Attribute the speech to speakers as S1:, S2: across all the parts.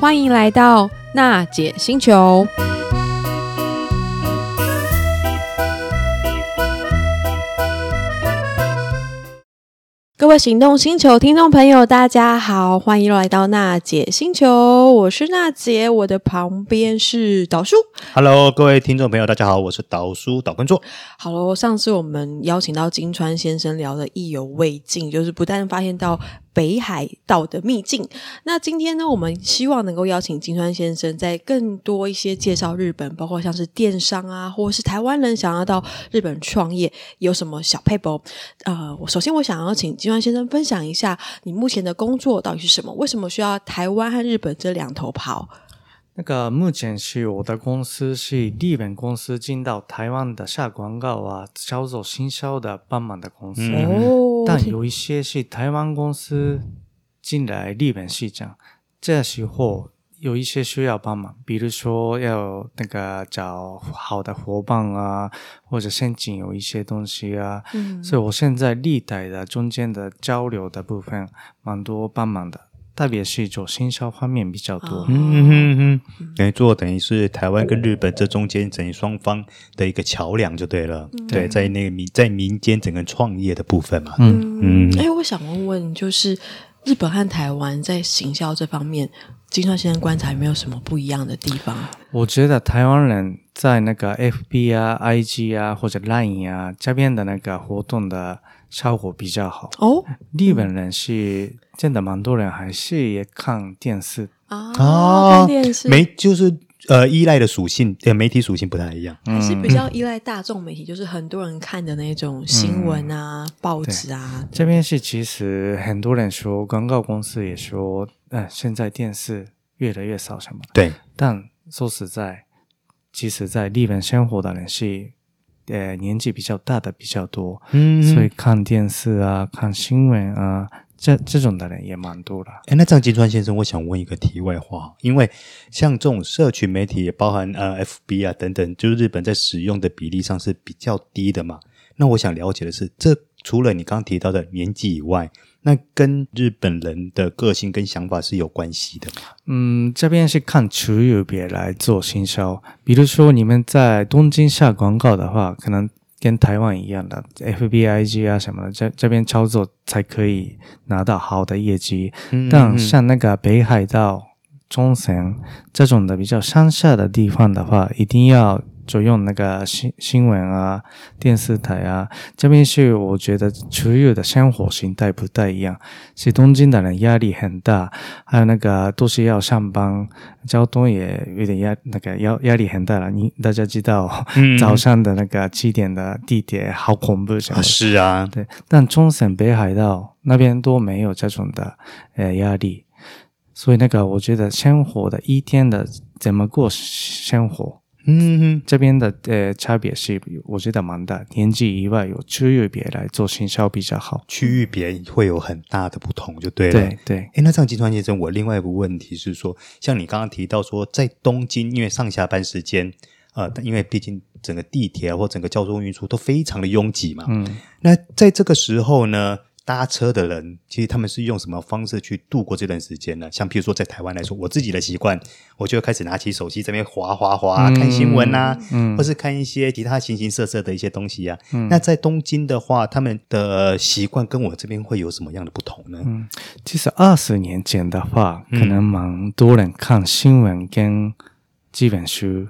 S1: 欢迎来到娜姐星球。各位行动星球听众朋友，大家好，欢迎来到娜姐星球，我是娜姐，我的旁边是导叔。
S2: Hello，各位听众朋友，大家好，我是导叔导根座。
S1: 好喽，上次我们邀请到金川先生聊的意犹未尽，就是不但发现到北海道的秘境，那今天呢，我们希望能够邀请金川先生在更多一些介绍日本，包括像是电商啊，或者是台湾人想要到日本创业有什么小配博。呃，我首先我想要请金川先生分享一下你目前的工作到底是什么，为什么需要台湾和日本这两头跑？
S3: 那个目前是我的公司是日本公司进到台湾的下广告啊，销售新销的帮忙的公司，
S2: 嗯
S1: 哦
S3: 但有一些是台湾公司进来日本市场，这时候有一些需要帮忙，比如说要那个找好的伙伴啊，或者申请有一些东西啊，
S1: 嗯
S3: 所以我现在历代的中间的交流的部分蛮多帮忙的，特别是走新销方面比较多。
S1: 哦
S2: 嗯哼哼哼，等于做等于是台湾跟日本这中间等于双方的一个桥梁就对了。嗯对，在那个民在民间整个创业的部分嘛。
S1: 嗯，
S2: 嗯
S1: 哎、我想问问，就是日本和台湾在行销这方面，金川先生观察有没有什么不一样的地方？
S3: 我觉得台湾人在那个 FB 啊、IG 啊或者 Line 啊这边的那个活动的效果比较好。
S1: 哦
S3: 日本人是真的蛮多人还是也看电视，
S1: 啊，
S2: 哦
S1: 看电视
S2: 没就是呃依赖的属性，呃媒体属性不太一样。
S1: 还
S3: 嗯
S1: 是比
S2: 嗯
S1: 较依赖大众媒体，就是很多人看的那种新闻啊、报纸啊。
S3: 这边是其实很多人说广告公司也说，呃，现在电视越来越少什么的，
S2: 对，
S3: 但说实在，即使在日本生活的人是，呃，年纪比较大的比较多，
S2: 嗯
S3: 所以看电视啊、看新闻啊，这这种的人也蛮多的。
S2: 哎，那这样金川先生，我想问一个题外话，因为像这种社群媒体，也包含呃 FB 啊等等，就是日本在使用的比例上是比较低的嘛。那我想了解的是，这除了你刚刚提到的年纪以外，那跟日本人的个性跟想法是有关系的嘛？
S3: 嗯，这边是看主流别来做行销，比如说你们在东京下广告的话，可能跟台湾一样的 FBIG 啊什么的，这这边操作才可以拿到好的业绩。
S2: 嗯
S3: 但像那个北海道、冲绳这种的比较乡下的地方的话，一定要就用那个新新闻啊、电视台啊。这边是我觉得主流的生活形态不太一样，是东京的人压力很大，还有那个都是要上班，交通也有点压那个压压力很大了。你大家知道，
S2: 嗯
S3: 早上的那个七点的地铁好恐怖，什么
S2: 啊
S3: 的
S2: 是啊，
S3: 对，但冲绳北海道那边都没有这种的呃压力，所以那个我觉得生活的一天的怎么过生活，
S2: 嗯
S3: 这边的呃差别是我觉得蛮大，年纪以外有区域别来做行销比较好。
S2: 区域别会有很大的不同，就对了。
S3: 对对，
S2: 诶，那这样金川先生，我另外一个问题是说，像你刚刚提到说，在东京，因为上下班时间，呃，但因为毕竟整个地铁啊或整个交通运输都非常的拥挤嘛，
S3: 嗯，
S2: 那在这个时候呢，搭车的人其实他们是用什么方式去度过这段时间呢？像譬如说在台湾来说，我自己的习惯，我就会开始拿起手机这边滑滑滑，看新闻啊，或是看一些其他形形色色的一些东西啊。那在东京的话，他们的习惯跟我这边会有什么样的不同呢？
S3: 其实二十年前的话，可能蛮多人看新闻跟基本书，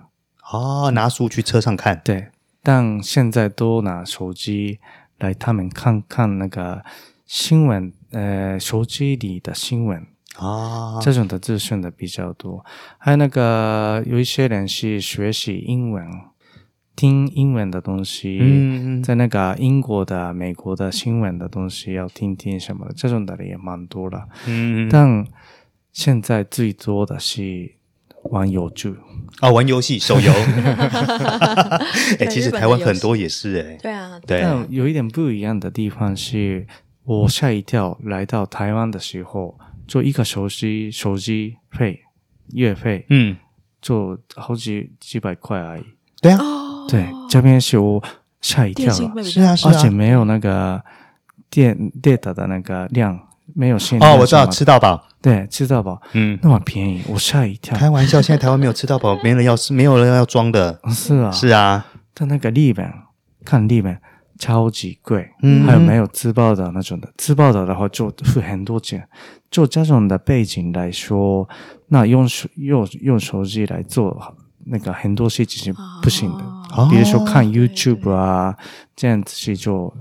S2: 哦，拿书去车上看。
S3: 对，但现在都拿手机来，他们看看那个新闻，呃，手机里的新闻，
S2: 啊，
S3: 这种的资讯的比较多。还有那个有一些人是学习英文，听英文的东西，
S2: 嗯嗯
S3: 在那个英国的、美国的新闻的东西要听听什么的，这种的也蛮多了。
S2: 嗯，
S3: 但现在最多的是玩游剧。
S2: 啊，玩游戏手游， 哎，其实台湾很多也是哎，
S1: 对啊，
S2: 对，
S3: 但有一点不一样的地方是，我吓一跳，来到台湾的时候，就一个手机手机费月费
S2: 嗯，
S3: 就好几几百块而已。
S2: 对啊，
S1: 哦，
S3: 对，这边是我吓一
S1: 电
S3: 跳
S1: 信
S3: 了，
S1: 会比
S2: 是
S1: 较
S2: 啊，是
S3: 而且
S2: 啊，
S3: 没有那个电 data 的那个量，没有限
S2: 哦，我知道，
S3: 什么的
S2: 吃到饱，
S3: 对，吃到饱
S2: 嗯，
S3: 那么便宜，我吓一跳。
S2: 开玩笑，现在台湾没有吃到饱，没人要吃，没有人要装的。
S3: 啊是啊，
S2: 是啊，
S3: 但那个日本看日本超级贵，
S2: 嗯
S3: 还有没有自爆的那种的，自爆的的话就付很多钱。就这种的背景来说，那用手用用手机来做那个很多事情是
S2: 啊
S3: 不行的，
S1: 哦
S3: 比如说看
S1: 对
S3: YouTube 啊，这样子是就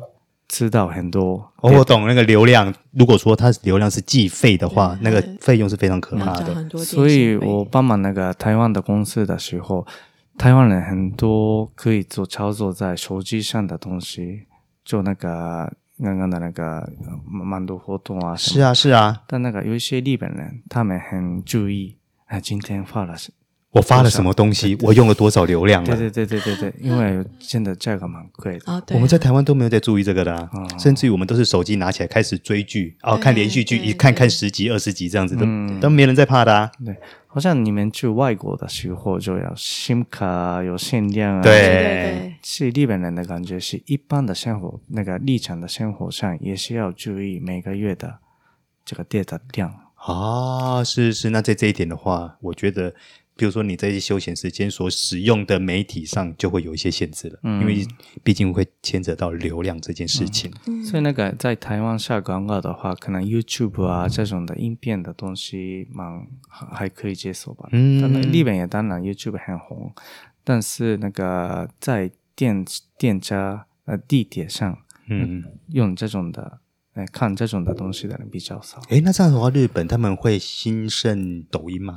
S3: 知道很多。
S2: 哦我懂那个流量，如果说它流量是计费的话，那
S1: 对
S2: 个费用是非常可
S1: 要
S2: 怕
S1: 找
S2: 的。
S1: 很多点心
S3: 所以
S1: 费
S3: 我帮忙那个台湾的公司的时候，台湾人很多可以做操作在手机上的东西，做那个刚刚的那个呃蛮多活动啊什
S2: 是
S3: 么。
S2: 啊，是啊，
S3: 但那个有一些日本人，他们很注意，啊，今天发了什，
S2: 我发了什么东西，我用了多少流量
S3: 对
S2: 了。
S3: 对对对对 对，因为现在价格蛮贵的。
S1: 啊，对
S2: 我们在台湾都没有在注意这个的啊，
S3: 哦
S2: 甚至于我们都是手机拿起来开始追剧，哦，
S1: 对
S2: 看连续剧，
S1: 对
S2: 一看
S1: 对
S2: 看十集、二十集这样子的
S3: 嗯，
S2: 都没人在怕的啊。
S3: 对，好像你们去外国的时候就要 SIM 卡有限量啊，
S1: 对
S2: 对
S1: 对
S3: 是日本人的感觉，是一般的生活那个日常的生活上也是要注意每个月的这个电的量。
S2: 啊，是是，那在这一点的话，我觉得，比如说你在一些休闲时间所使用的媒体上，就会有一些限制了，
S3: 嗯
S2: 因为毕竟会牵扯到流量这件事情。
S1: 嗯
S3: 所以那个在台湾下广告的话，可能 YouTube 啊这种的影片的东西蛮还还可以接受吧。
S2: 嗯
S3: 当然日本也当然 YouTube 很红，但是那个在电电车呃地铁上
S2: 嗯，
S3: 用这种的。呃看这种的东西的人比较少
S2: 诶，那这样的话，日本他们会兴盛抖音吗？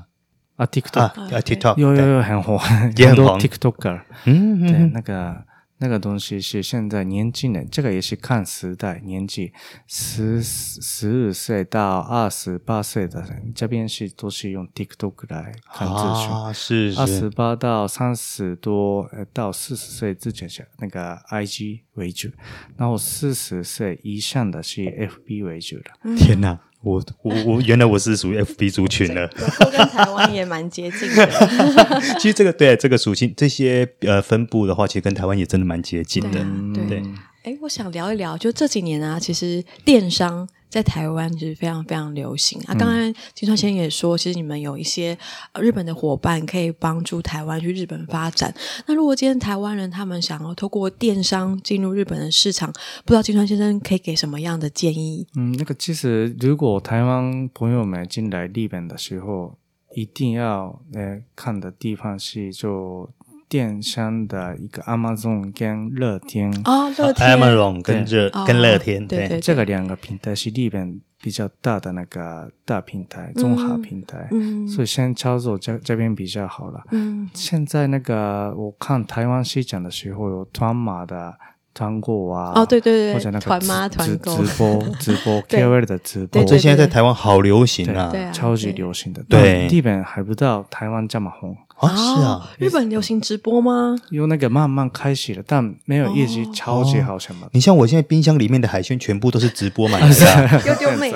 S3: 啊
S2: 啊
S3: ，TikTok
S2: 啊
S1: 对
S2: ，TikTok
S3: 有有
S2: 对
S3: 有很红，
S2: 也很
S3: 多
S2: 红
S3: TikToker，
S2: 嗯嗯
S3: 对，
S2: 嗯
S3: 那个那个东西是现在年轻人，这个也是看时代年纪，十十五岁到二十八岁的人，这边是都是用 TikTok 来看资讯。
S2: 啊，是
S3: 二
S2: 是
S3: 十八到三十多，呃，到四十岁之前是那个 IG 为主，然后四十岁以上的是 FB 为主的。
S2: 天哪！我我我原来我是属于 FB 族群 了。
S1: 有时候跟台湾也蛮接近的，
S2: 其实这个对这个属性这些呃分布的话，其实跟台湾也真的蛮接近
S1: 对
S2: 的。
S1: 啊
S2: 嗯对
S1: 对。哎，我想聊一聊，就这几年啊，其实电商在台湾就是非常非常流行
S2: 嗯
S1: 啊。刚刚金川先生也说，其实你们有一些呃日本的伙伴可以帮助台湾去日本发展。那如果今天台湾人他们想要透过电商进入日本的市场，不知道金川先生可以给什么样的建议？
S3: 嗯，那个其实如果台湾朋友们进来日本的时候，一定要呃看的地方是就电商的一个 Amazon 跟乐天，
S1: 哦，乐天
S2: Amazon 啊跟热
S1: 哦
S2: 跟乐天，
S1: 对对
S3: 这个两个平台是日本比较大的那个大平台、综合平台，
S1: 嗯
S3: 所以先操作这这边比较好了。
S1: 嗯
S3: 现在那个我看台湾市场的时候，有团马的团购啊，
S1: 哦对对对
S3: 或者那个
S1: 团妈
S3: 直
S1: 团
S3: 直
S1: 购
S3: 直播直播
S1: 对
S3: KOL 的直播，
S1: 对
S2: 这现在在台湾好流行啊！
S1: 对啊
S3: 超级流行的，
S2: 对
S3: 但日本还不到台湾这么红，
S2: 啊，是啊，
S1: 哦日本流行直播吗？
S3: 因为那个慢慢开始了，但没有一直超级好什么的。
S2: 你像我现在冰箱里面的海鲜全部都是直播买的 啊，
S1: 丢丢妹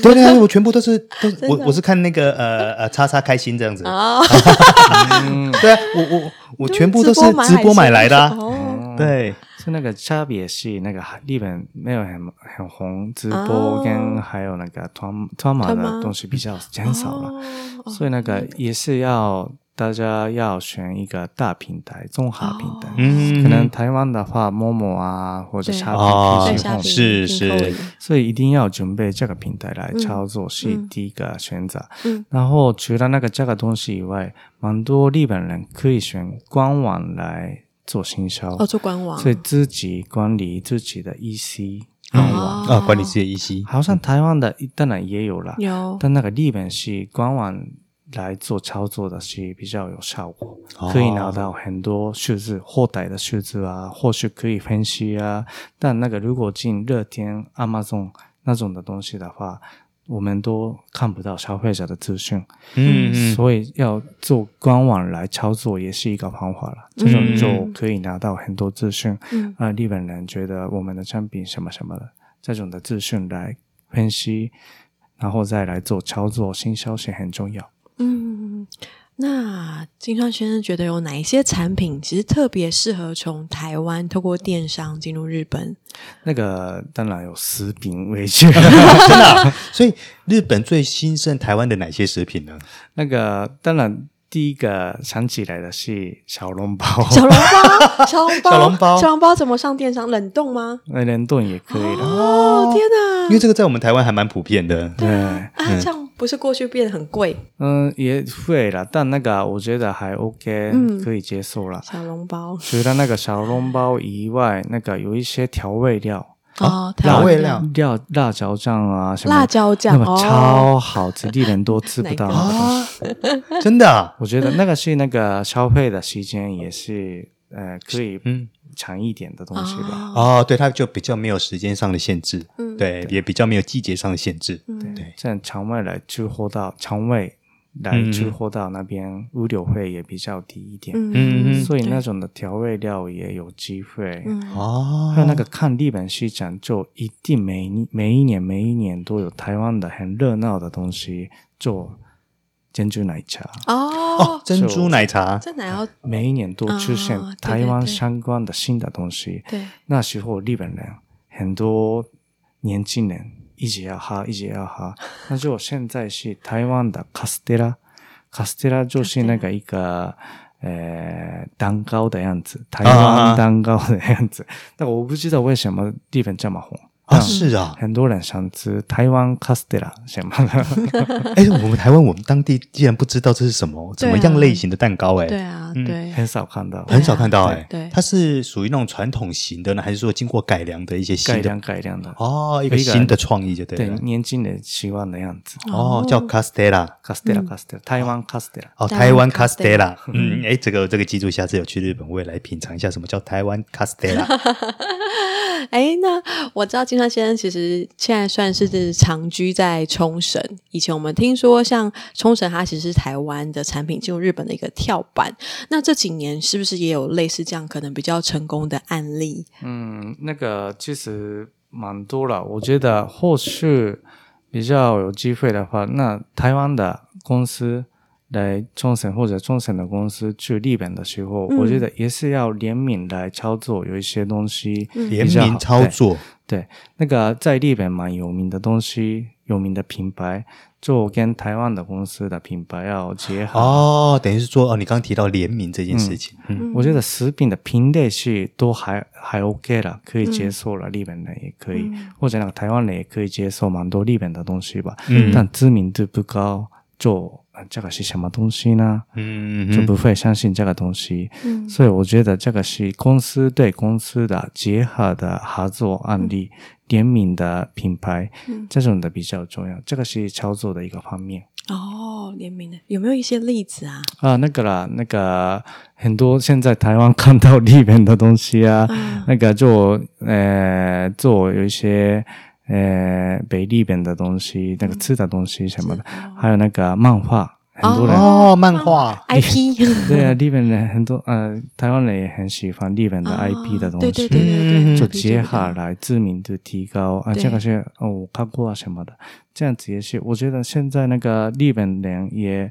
S2: 对对啊，我全部都是 都是我我是看那个呃呃叉叉开心这样子，
S1: 啊，
S2: 对啊，我我我哦全部都是直播买来的啊，
S1: 哦，
S2: 对，
S3: 嗯是那个差别是那个日本没有很很红，直
S1: 哦
S3: 播跟还有那个团团马
S1: 团麻
S3: 的东西比较很少了，
S1: 哦哦
S3: 所以那个也是要大家要选一个大平台、综合平台。
S2: 嗯，
S3: 可能台湾的话，陌陌啊或
S1: 哦
S3: 者
S1: 对
S3: 虾
S2: 哦
S3: 皮、
S1: 在
S3: 喜
S1: 下
S3: 欢。
S1: 屏屏
S2: 是是
S1: 扣里
S3: 所以一定要准备这个平台来操作是
S1: 嗯
S3: 第一个选择。
S1: 嗯
S3: 然后除了那个这个东西以外，蛮多日本人可以选官网来做行销，
S1: 哦，做官网，
S3: 所以自己管理自己的 EC
S1: 哦
S3: 官网。
S2: 啊，管理自己的 EC，
S3: 好像台湾的当然也有啦，
S1: 哦有
S3: 但那个日本是官网来做操作的是比较有效果，
S2: 哦
S3: 可以拿到很多数字，后台的数字啊，或许可以分析啊。但那个如果进乐天、Amazon 那种的东西的话，我们都看不到消费者的资讯，
S2: 嗯嗯，
S3: 所以要做官网来操作也是一个方法
S2: 嗯
S3: 了。这种就可以拿到很多资讯，
S1: 嗯
S3: 啊，日本人觉得我们的产品什么什么的这种的资讯来分析，然后再来做操作，新消息很重要。
S1: 嗯。那金川先生觉得有哪一些产品其实特别适合从台湾透过电商进入日本？
S3: 那个当然有食品为主，
S2: 真的啊，所以日本最兴盛台湾的哪些食品呢？
S3: 那个当然第一个想起来的是小笼包，
S1: 小笼 包，小笼包，
S2: 哦小笼包
S1: 小笼包怎么上电商？冷冻吗？
S3: 那冷冻也可以了。
S1: 哦，天哪！
S2: 因为这个在我们台湾还蛮普遍的。
S3: 对，
S2: 嗯
S1: 啊，这样不是过去变得很贵？
S3: 嗯，也会了，但那个我觉得还 OK，、
S1: 嗯
S3: 可以接受了。
S1: 小笼包
S3: 除了那个小笼包以外，那个有一些调味料，
S1: 哦，台
S2: 调
S1: 湾
S2: 啊味
S1: 的
S2: 料
S3: 料辣椒酱啊什么，
S1: 辣椒酱
S3: 那
S1: 哦
S3: 么超好吃，一人都吃 不到
S1: 哪一个
S3: 那种。
S2: 啊，真的啊，
S3: 我觉得那个是那个消费的时间也是呃可以
S2: 嗯
S3: 长一点的东西吧。
S1: 哦，
S2: 哦，对，它就比较没有时间上的限制，
S1: 嗯
S2: 对，也比较没有季节上的限制，
S1: 嗯
S2: 对，
S3: 这样肠胃来出货到肠胃来出货到那边物流费也比较低一点，
S2: 嗯
S3: 所以那种的调味料也有机会。
S1: 嗯
S2: 哦
S3: 还，有那个看日本市场，就一定每一每一年每一年都有台湾的很热闹的东西做珍珠奶茶，
S1: 哦，
S2: 珍珠奶茶，
S1: 这哪 要
S3: 每一年都出现
S1: 啊对对
S3: 台湾
S1: 对
S3: 相关的新的东西。
S1: 对
S3: 那时候日本人很多年轻人一直要喝，一直要 喝。那就现在是台湾的カステラ，カステラ就是那个一个呃蛋糕的样子，台湾蛋糕的样子。但我不知道为什么日本这么红，
S1: 哦
S2: 啊，是啊，
S3: 很多人想吃台湾カステラ什么的。
S2: 哎，我们台湾我们当地竟然不知道这是什么，怎么样类型的蛋糕，哎，
S1: 啊对啊，
S2: 嗯
S1: 对，
S3: 很少看到
S2: 很少看到，
S1: 对
S2: 哎，
S1: 对
S2: 它是属于那种传统型的呢，还是说经过改良的一些
S3: 改
S2: 新的？
S3: 良改良的，
S2: 哦，一个新的创意就对
S3: 对
S2: 了，
S3: 年轻人喜欢的样子。
S2: 哦，叫 Castella。
S3: カステラカステラ，台湾カステラ。
S2: 哦，
S1: 台
S2: 台
S1: 湾
S2: 湾 Castella，嗯，哎，这个这个记住，下次有去日本，我也来品尝一下什么叫台湾 Castella。
S1: 哎，那我知道金川先生其实现在算是长居在冲绳。以前我们听说，像冲绳，它其实是台湾的产品进入日本的一个跳板。那这几年是不是也有类似这样可能比较成功的案例？
S3: 嗯，那个其实蛮多了。我觉得后续比较有机会的话，那台湾的公司来冲绳或者冲绳的公司去日本的时候，
S1: 嗯
S3: 我觉得也是要联名来操作，有一些东西
S1: 嗯
S3: 比
S2: 联
S3: 较好
S2: 名操。作，
S3: 对对，那个在日本蛮有名的东西，有名的品牌，就跟台湾的公司的品牌要结合。
S2: 哦，等于是说哦，你刚刚提到联名这件事情，嗯
S1: 嗯
S3: 我觉得食品的品类是都还还 OK 了，可以接受了，日本人也可以，
S1: 嗯
S3: 或者那个台湾人也可以接受蛮多日本的东西吧。
S2: 嗯
S3: 但知名度不高，就呃这个是什么东西呢？
S2: 嗯
S3: 就
S2: 嗯
S3: 不会相信这个东西。
S1: 嗯
S3: 所以我觉得这个是公司对公司的结合的合作案例，联名的品牌，
S1: 嗯
S3: 这种的比较重要。这个是操作的一个方面。
S1: 哦，联名的有没有一些例子 啊？
S3: 啊，那个啦，那个很多现在台湾看到日本的东西啊，那个做呃做有一些呃北日本的东西，
S1: 嗯
S3: 那个吃的东西什么的，
S1: 哦
S3: 还有那个漫画，很多人、
S2: 哦，漫画，
S1: IP
S3: 对啊，日本人很多呃台湾人也很喜欢日本的 IP 的东西，
S1: 哦
S3: 嗯
S1: 对对对对对，
S3: 就
S1: IP
S3: 接下来知名度提高啊，
S1: 对
S3: 这个是哦，我看过啊什么的，这样子也是。我觉得现在那个日本人也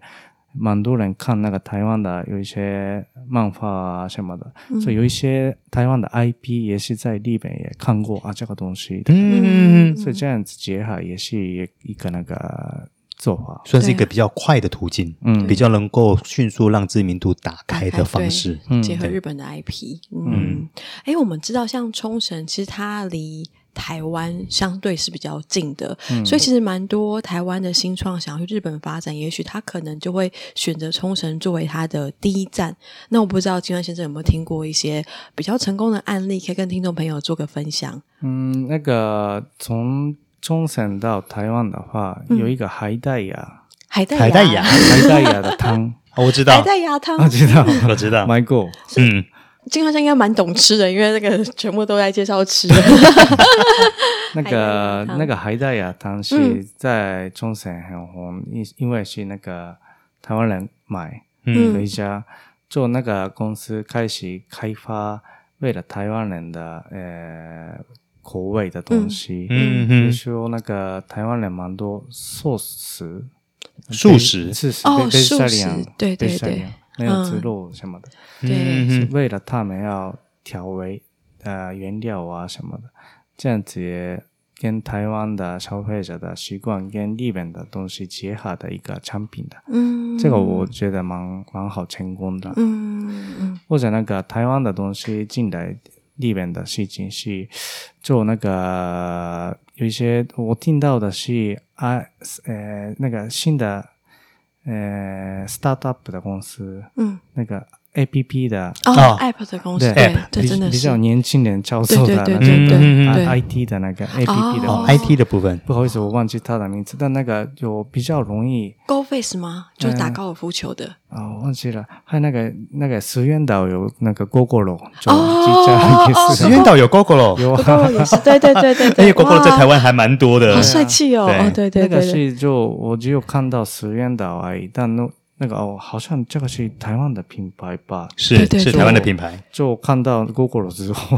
S3: 蛮多人看那个台湾的有一些漫画啊什么的，所以有一些台湾的 IP 也是在日本也看过啊这个东西的，
S2: 嗯，
S3: 所以这样子结合也是一一个那个做法。
S2: 算是一个比较快的途径，
S3: 嗯
S2: 比较能够迅速让知名度打开的方式。
S1: 对
S3: 嗯
S1: 结合
S2: 对
S1: 日本的 IP。嗯，哎、我们知道像冲绳，其实它离台湾相对是比较近的，
S3: 嗯
S1: 所以其实蛮多台湾的新创想要去日本发展，也许他可能就会选择冲绳作为他的第一站。那我不知道金川先生有没有听过一些比较成功的案例，可以跟听众朋友做个分享。
S3: 嗯，那个从冲绳到台湾的话，有一个海带芽，
S1: 海带
S2: 海带芽，
S3: 海带芽的 汤，
S2: 哦我知
S1: 海
S2: 道，
S1: 带芽汤
S3: 我，知道，
S2: 我知道，
S3: 买过。
S2: 嗯，
S1: 金川先生应该蛮懂吃的，因为那个全部都在介绍 吃的。
S3: 嗯
S1: 海带芽汤
S3: 那个
S1: 嗯
S3: 那个海带芽汤是在冲绳很红，因、因为是那个台湾人买
S1: 嗯
S3: 的一家，做那个公司开始开发为了台湾人的呃口味的东西，
S2: 嗯嗯
S3: 比
S2: 嗯
S3: 如说那个台湾人蛮多素食，
S2: 素食
S3: 素食，
S1: 哦
S3: ve-
S1: 素食
S3: vegetarian，
S1: 对对
S3: vegetarian，
S1: 对
S3: 没有
S1: 嗯
S3: 吃肉什么的，
S1: 对
S2: 嗯
S3: 为了他们要调味呃原料啊什么的，这样子也跟台湾的消费者的习惯跟日本的东西结合的一个产品的，
S1: 嗯
S3: 这个我觉得蛮蛮好成功的。
S1: 嗯嗯
S3: 或者那个台湾的东西进来日本的事情是做那个有一些我听到的是啊呃那个新的呃 startup 的公司
S1: 嗯，
S3: 那个 A P P 的
S1: 哦
S2: 哦
S1: ，app 的公司，
S3: 对
S1: 对
S2: App，
S1: 对，
S3: 比
S1: 真的
S3: 比
S1: 是
S3: 较年轻人教授的
S1: 对对
S3: 那
S1: 对
S2: 对对
S3: 个
S1: 对
S3: I T 的那个 A P P 的
S2: 哦
S1: 哦
S3: 公司，
S2: ，IT 的部分
S3: 不好意思我忘记它的名字，但那个有比较容易。
S1: Go Face
S2: 嗯
S1: 吗？就是打高尔夫球的
S3: 啊、我忘记了，还有那个那个石原岛有那个 GoGo 就
S1: 哦
S3: 就这样意
S1: 哦
S3: 思
S2: 石。原岛有 GoGo
S3: 有
S2: 咯，
S3: 啊
S1: g o 也是，对对 对对
S2: 而
S1: 对，
S2: 且 GoGo 在台湾还蛮
S1: 哇
S2: 多的
S1: 好。帅气哦，
S2: 对
S1: 哦对对
S3: 那个
S1: 对对，
S3: 是就我只有看到石原岛而已，但那那个哦，好像这个是台湾的品牌吧？
S2: 是
S1: 对对
S2: 是
S1: 对
S2: 台湾的品牌，
S3: 就看到 Google 之后，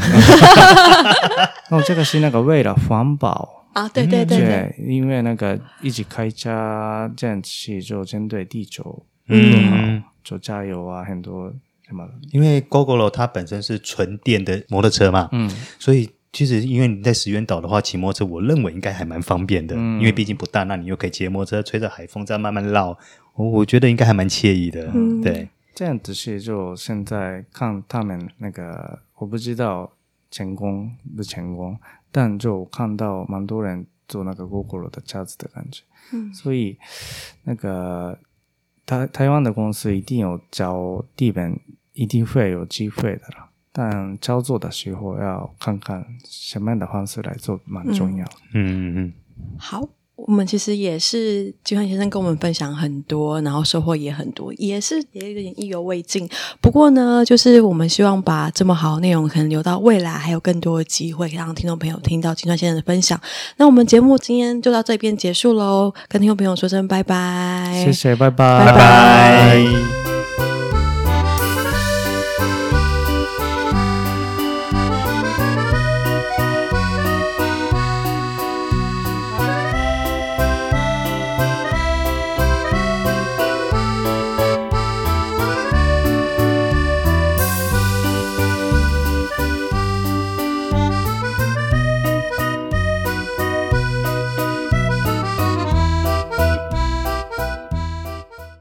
S3: 然后这个是那个为了环保，
S1: 啊对
S2: 嗯
S1: 对对对，
S3: 因为那个一直开加这样子就针对地球，
S2: 嗯，
S3: 就加油啊，很多什么的，
S2: 因为 GoGo 它本身是纯电的摩托车嘛，
S3: 嗯
S2: 所以其实因为你在石原岛的话，骑摩托车，我认为应该还蛮方便的，因为毕竟不大，那你又可以骑摩托车，吹着海风这样慢慢绕，我我觉得应该还蛮惬意的。
S1: 嗯
S2: 对，
S3: 这样子是就现在看他们那个，我不知道成功不成功，但就看到蛮多人做那个 Google 的车子的感觉，
S1: 嗯
S3: 所以那个台台湾的公司一定有找地本，一定会有机会的啦。但操作的时候要看看什么样的方式来做，蛮重要。
S2: 嗯嗯
S1: 好，我们其实也是金焕先生跟我们分享很多，然后收获也很多，也是也有点意犹未尽。不过呢，就是我们希望把这么好的内容可能留到未来，还有更多的机会让听众朋友听到金焕先生的分享。那我们节目今天就到哎这边结束喽，跟听众朋友说声拜拜，
S3: 谢谢，拜
S1: 拜
S2: 拜拜。